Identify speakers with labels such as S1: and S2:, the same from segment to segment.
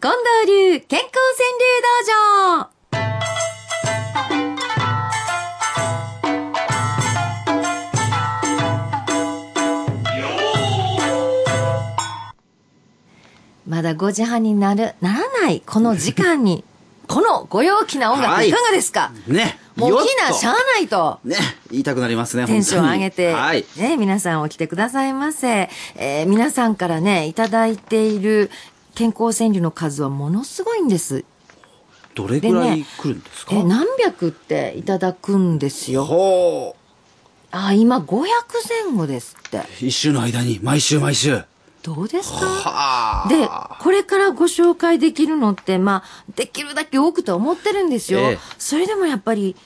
S1: 近藤流健康川柳道場まだ5時半になる、ならない、この時間に、このご陽気な音楽
S2: はい
S1: いかがですか、
S2: ね。
S1: もう起き
S2: よっ
S1: な
S2: と
S1: しゃあないと。
S2: ね。言いたくなりますね、
S1: テンション上げて、
S2: 本当にはい。
S1: ね、皆さん起きてくださいませ。えー皆さんからね、いただいている健康川柳の数はものすごいんです。
S2: どれぐらい来るんですか
S1: え、何百っていただくんですよ。
S2: ほ
S1: あ、今500前後ですって。
S2: う。一週の間に、毎週毎週。は
S1: どうですか
S2: あ。
S1: で、これからご紹介できるのって、まあ、できるだけ多くとは思ってるんですよ。
S2: ええ
S1: それでもやっぱり、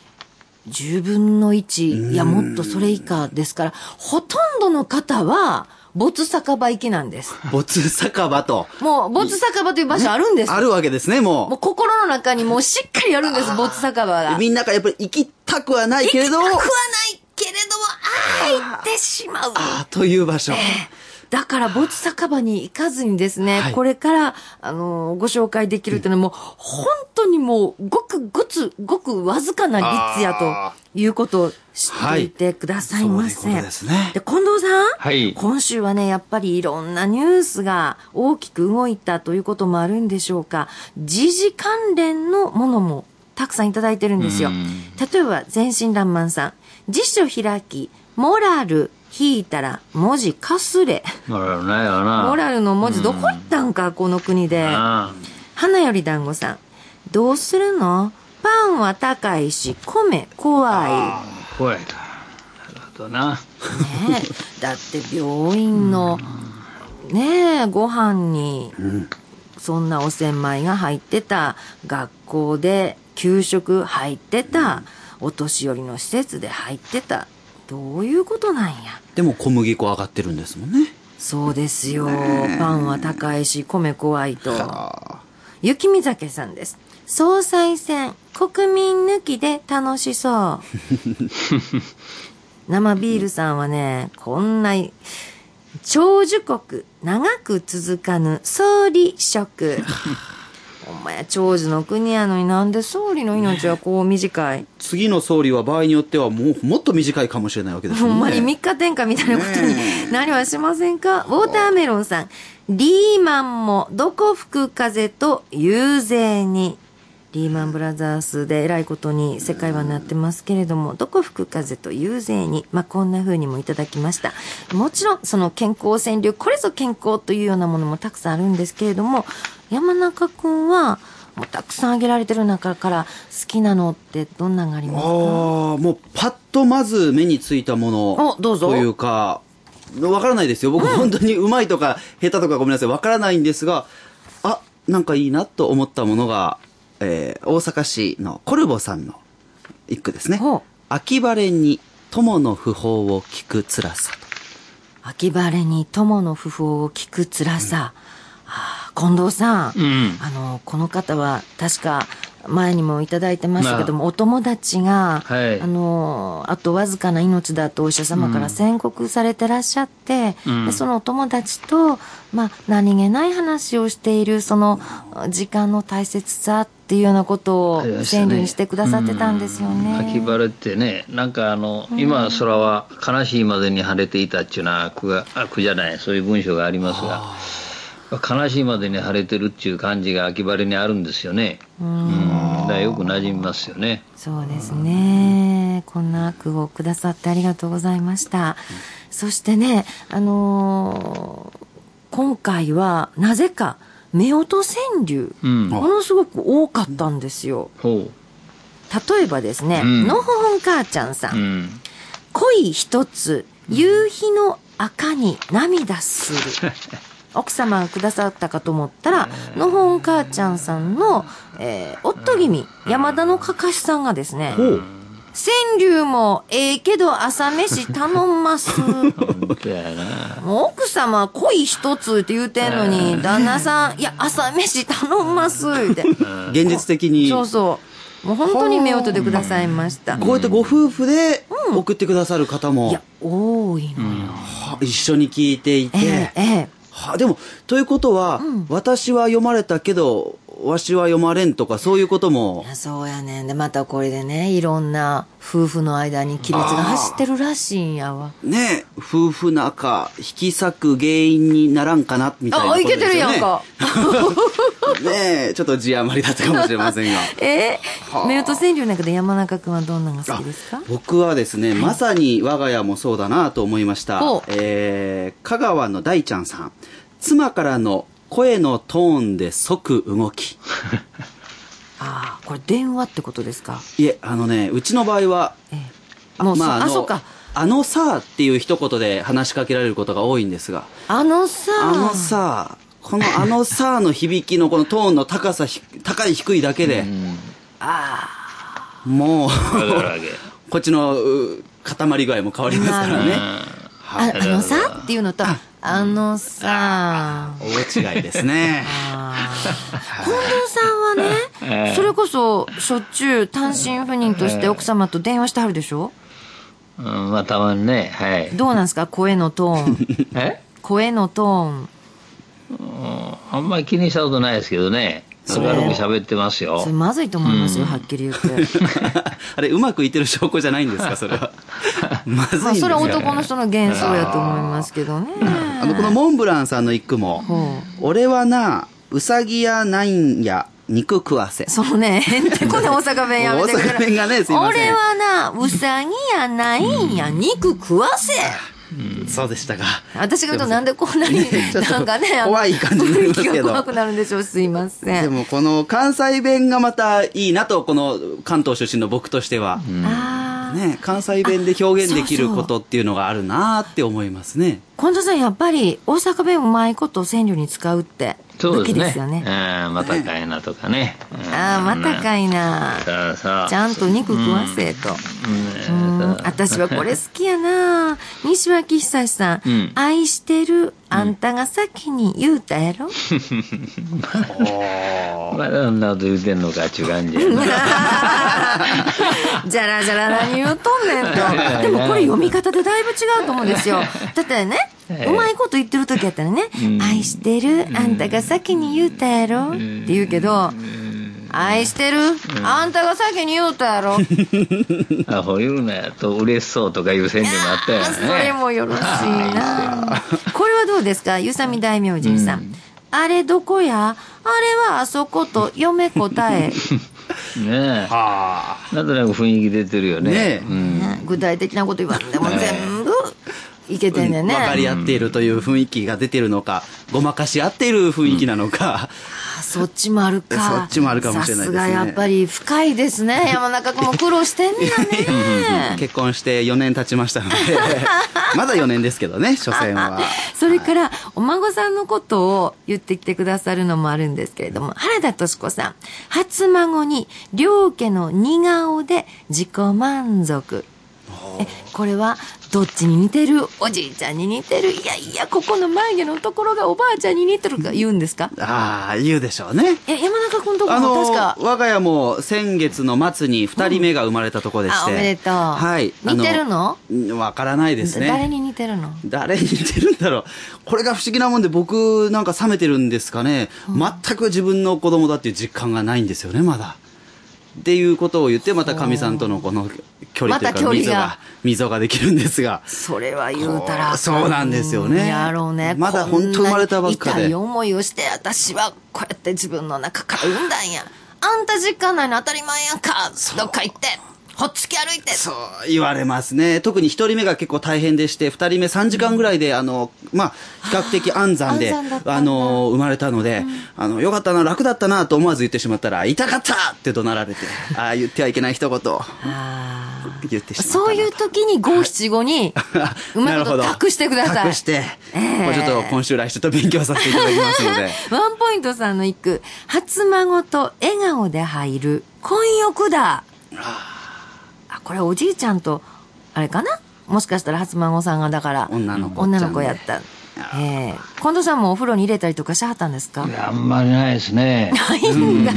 S1: 10分の1、いや、
S2: うん
S1: もっとそれ以下ですから、ほとんどの方は、没酒場行きなんです。
S2: 没酒場と。
S1: もう、没酒場という場所あるんです。
S2: あるわけですね、
S1: もう
S2: も
S1: 心の中にもうしっかりあるんです、没酒場が。
S2: う。みんながやっぱり行きたくはないけれど、
S1: 食わないけれども、ああ、行ってしまう。
S2: あという場所。
S1: だから、没酒場に行かずにですね、
S2: はい
S1: これから、あのーご紹介できるっていうのはもう、本当にもう、ごくごつ、ごくわずかな率や
S2: あ
S1: ということを知っていてくださいませ。
S2: はいそういうことですね
S1: で近藤さん、
S3: はい
S1: 今週はね、やっぱりいろんなニュースが大きく動いたということもあるんでしょうか、時事関連のものもたくさんいただいてるんですよ
S3: うん。
S1: 例えば、全身乱漫さん、辞書開き、モラル、引いたら文字かすれ。
S3: モラルないよな。
S1: モラルの文字どこ行ったんか、この国で。
S3: な
S1: 花より団子さん、どうするのパンは高いし、米怖い。
S3: あ怖いな。なるほどな。
S1: ねえだって病院のねえご飯にそんなお千枚が入ってた学校で給食入ってたお年寄りの施設で入ってたどういうことなんや
S2: でも小麦粉上がってるんですもんね。
S1: そうですよパンは高いし米怖いと雪見酒さんです総裁選国民抜きで楽しそう生ビールさんはねこんな長寿国長く続かぬ総理職お前長寿の国やのになんで総理の命はこう短い
S2: 次の総理は場合によってはもう、もっと短いかもしれないわけで す
S1: ほ
S2: もん
S1: ん
S2: ね。
S1: まに三日天下みたいなことになりはしませんか、ウォーターメロンさん。リーマンもどこ吹く風と遊説に。リーマンブラザースでえらいことに世界はなってますけれども、どこ吹く風と遊説に。まあ、こんな風にもいただきました。もちろん、その健康川柳、これぞ健康というようなものもたくさんあるんですけれども、山中くんは、もうたくさん挙げられてる中から好きなのってどんなのがありますか
S2: ああ、もうパッとまず目についたもの
S1: おどうぞ
S2: というか、わからないですよ。僕、本当にうまいとか下手とかごめんなさい。わからないんですが、あ、なんかいいなと思ったものが、えー大阪市のコルボさんの一句ですね
S1: ほう。
S2: 秋晴れに友の訃報を聞く辛さ
S1: 秋晴れに友の訃報を聞く辛さ、あー近藤さん、
S3: うん。
S1: あのこの方は確か前にもいただいてましたけどもお友達が、
S3: はい
S1: あのあとわずかな命だとお医者様から宣告されてらっしゃって、
S3: うん
S1: でそのお友達と、まあ、何気ない話をしているその時間の大切さっていうようなことを
S3: ありましたね
S1: 川柳にしてくださってたんですよね。
S3: 秋晴れってね、なんかあの、今空は悲しいまでに晴れていたっていうのは句が、あ句じゃない、そういう文章がありますが、悲しいまでに晴れてるっていう感じが秋晴れにあるんですよね。
S1: うん
S3: うん。だからよく馴染みますよね。
S1: そうですね。こんな句をくださってありがとうございました。そしてね、あのー今回はなぜか、夫婦川柳、
S3: うん。
S1: ものすごく多かったんですよ。
S3: ほ
S1: 例えばですね、
S3: うん
S1: のほほん母ちゃんさ、
S3: う。うん ん。
S1: 恋一つ、夕日の赤に涙す る。奥様がくださったかと思ったら、のほほん母ちゃんさんの、えー、夫気味、山田のかかしさんがですね、
S2: と。
S1: 川柳もええけど朝飯頼んます。
S3: 本当やな。
S1: もう奥様恋一つって言うてんのに、旦那さん、いや朝飯頼んますって。
S2: 現実的に。
S1: そうそう。もう本当に目をとでくださいました。
S2: こうやってご夫婦で送ってくださる方
S1: い
S2: も
S1: や、、多いのよ。
S2: は一緒に聞いていて、
S1: ええ、ええ。
S2: はでも、ということは、私は読まれたけど、わしは読まれんとか、そういうことも
S1: い、やそうやねんでまたこれでねいろんな夫婦の間に亀裂が走ってるらしいんやわ
S2: ね、夫婦仲、引き裂く原因にならんかな、みたいな
S1: あ
S2: こと
S1: い
S2: です
S1: け
S2: よ、ね。
S1: てるやん か
S2: ねえ、ちょっと字余りだったかもしれませんが。
S1: えー、メルト川柳の中で山中君はどんなのが好きですか
S2: 僕はですね、まさに我が家もそうだなと思いました
S1: ほう。
S2: えー、香川の大ちゃんさん。妻からの声のトーンで即動き。
S1: ああこれ電話ってことですか
S2: いえ、あのね、うちの場合は、
S1: ええもう
S2: ま
S1: そ
S2: あ、あ
S1: あ
S2: の
S1: そっか
S2: あのさあっていう一言で話しかけられることが多いんですが、
S1: あのさ
S2: あのさあ、このあのさあの響きのこのトーンの高さ、ひ高い低いだけで、もう、
S3: わかるわけ。
S2: こっちのう塊具合も変わりますからね。
S1: ああのさって
S3: い
S1: いうのとあのさ
S2: 大違いですね。
S1: あー近藤さんはね、
S3: ええ
S1: それこそしょっちゅう単身赴任として奥様と電話してはるでしょ
S3: うん、まあたまにね、 はい。
S1: どうなんですか声のトー ン
S3: え
S1: 声のトーン
S3: うんあんまり気にしたことないですけどね。明るく喋ってますよ
S1: それ。まずいと思いますよ、はっきり言って。
S2: あれ、うまくいってる証拠じゃないんですか、そ れは。まずいん
S1: まあ、
S2: です
S1: それは
S2: よ、ね。
S1: 男の人の幻想やと思いますけどね。
S2: あの、このモンブランさんの一句も、
S1: ほ
S2: 俺はな、うさぎやないんや、肉食わせ。
S1: そうね、 へんてこな大阪弁やめてくれ。
S2: 大阪弁がねすいませ
S1: 俺
S2: ん
S1: はな、うさぎやないんや、肉食わせ。
S2: そうでしたか。
S1: 私が言うとなんでこんなに
S2: ねちょっ、と
S1: なんかね、あの
S2: 怖い感じになりますけ
S1: 雰
S2: ど
S1: 囲気が怖くなるんでしょう。すいませ
S2: で
S1: ん。
S2: もこの関西弁がまたいいなと、この関東出身の僕としては。
S1: ああ。
S2: ね、関西弁で表現できる
S1: あそうそう
S2: ことっていうのがあるなって思いますね。
S1: 近藤さん、やっぱり大阪弁うまいことを川柳に使うって、
S3: そうです
S1: 武器
S3: ね。
S1: ですよね。
S3: うんまたかいなとかね。
S1: ああ、またかいな。
S3: さあさあ。
S1: ちゃんと肉食わせと。うん私はこれ好きやな西脇久さん,、
S3: うん
S1: 愛してるあんたが先に言うたやろ、
S3: まだそんなこと言うてんのかっちゅう感 じやな。
S1: じゃらじゃら何言うとんねんと。でもこれ読み方でだいぶ違うと思うんです よ。だってね、
S3: ええ
S1: うまいこと言ってる時やったらね、愛してるあんたが先に言うたやろって言うけど、愛してるあんたが先に言うたやろ。
S3: あ、ほ言うなやと嬉しそうとかいう宣言もあったよね。
S1: それもよろしいな。これはどうですか、ゆさみ大明神さん。あれどこやあれはあそこと嫁答え。
S3: ね
S2: あ
S3: え。なんとなく雰囲気出てるよね。
S2: ねえ
S3: うん。
S1: ね具体的なこと言わんでも全部いけ
S2: あ。
S1: てんねんね。
S2: 分かり合っているという雰囲気が出てるのか、ごまかし合っている雰囲気なのか、
S1: あそっちもあるか。
S2: そっちもあるかもしれないですね
S1: さすがやっぱり深いです ね。山中君も苦労してんだね。
S2: 結婚して4年経ちまし たので、まだ4年ですけどね、所詮は。
S1: それから、お孫さんのことを言ってきてくださるのもあるんですけれども、原田敏子さん、初孫に両家の似顔で自己満足。え、これは、どっちに似てるおじいちゃんに似てるいやいや、ここの眉毛のところがおばあちゃんに似てるか言うんですか
S2: ああ、言うでしょうね。
S1: え、山中君とこ
S2: あ
S1: も
S2: の
S1: 確か、
S2: 我が家も先月の末に2人目が生まれたとこでして、
S1: あ、おめでとう。
S2: はい
S1: 似てる
S2: あ
S1: の
S2: のわからないですね
S1: 誰に似てるの
S2: 誰に似てるんだろうこれが不思議なもんで僕なんか冷めてるんですかね、全く自分の子供だっていう実感がないんですよねまだっていうことを言ってまたかみさんとのこの距離という
S1: また距
S2: か
S1: 離が
S2: 溝が溝ができるんですが
S1: それは言うたらあかん
S2: そうなんですよね
S1: やろうね
S2: まだ本当生まれたばっか
S1: こん
S2: で
S1: なに痛い思いをして私はこうやって自分の中から産んだんやあんた実家ないの当たり前やんかどっか行ってほっつき歩いて
S2: そう言われますね特に1人目が結構大変でして2人目3時間ぐらいであの、まあ、比較的安産で
S1: 安産だったんだ
S2: あの生まれたので、あのよかったな楽だったなと思わず言ってしまったら痛かったって怒鳴られてああ言ってはいけない一言
S1: あー
S2: 言ってしまったな
S1: そう いう時に五七五にうまいこと託してください
S2: 託して、
S1: ええ
S2: これちょっと今週来週と勉強させていただきますので
S1: ワンポイントさんの一句初孫と笑顔で入る婚欲だあこれおじいちゃんとあれかなもしかしたら初孫さんがだから
S2: 女の子
S1: 女の子やったええ近藤さんもお風呂に入れたりとかしはったんですか
S3: いやあんまりないですね。
S1: ないんだ
S2: イ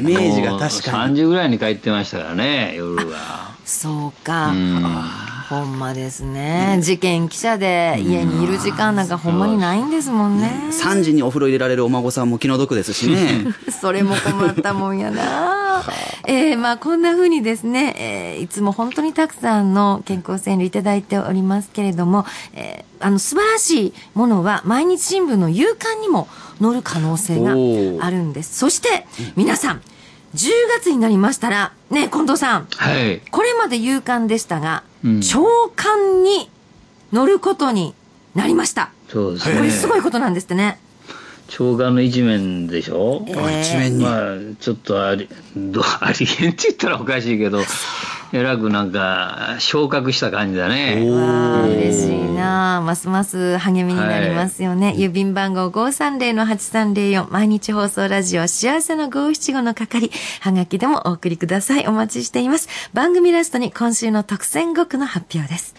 S2: メージが確か
S3: 3
S2: に
S3: 時ぐらいに帰ってましたからね、夜は。
S1: そうか、
S3: うん
S1: ほんまですね。事件記者で家にいる時間なんかほんまにないんですもんね。
S2: 3時にお風呂入れられるお孫さんも気の毒です しね。
S1: それも困ったもんやな。えー、まあこんな風にですね、えーいつも本当にたくさんの健康戦類いただいておりますけれども、えーあの素晴らしいものは毎日新聞の夕刊にも載る可能性
S2: おー
S1: があるんです。そして皆さん、10月になりましたら、ねえ、近藤さん、
S3: はい。
S1: これまで夕刊でしたが、
S3: うん
S1: 朝刊に載ることになりました。
S3: そうです
S1: こ
S3: ね
S1: れ。すごいことなんですってね。
S3: 長官の一面でしょ
S1: え
S2: あ
S1: ー
S2: 一面に。
S3: まあ、ちょっとあり、どう ありえんって言ったらおかしいけど、えらくなんか、昇格した感じだね。
S1: わあ嬉しいなあますます励みになりますよね、郵便番号530-8304毎日放送ラジオ幸せの575の係はがきでもお送りくださいお待ちしています番組ラストに今週の特選5句の発表です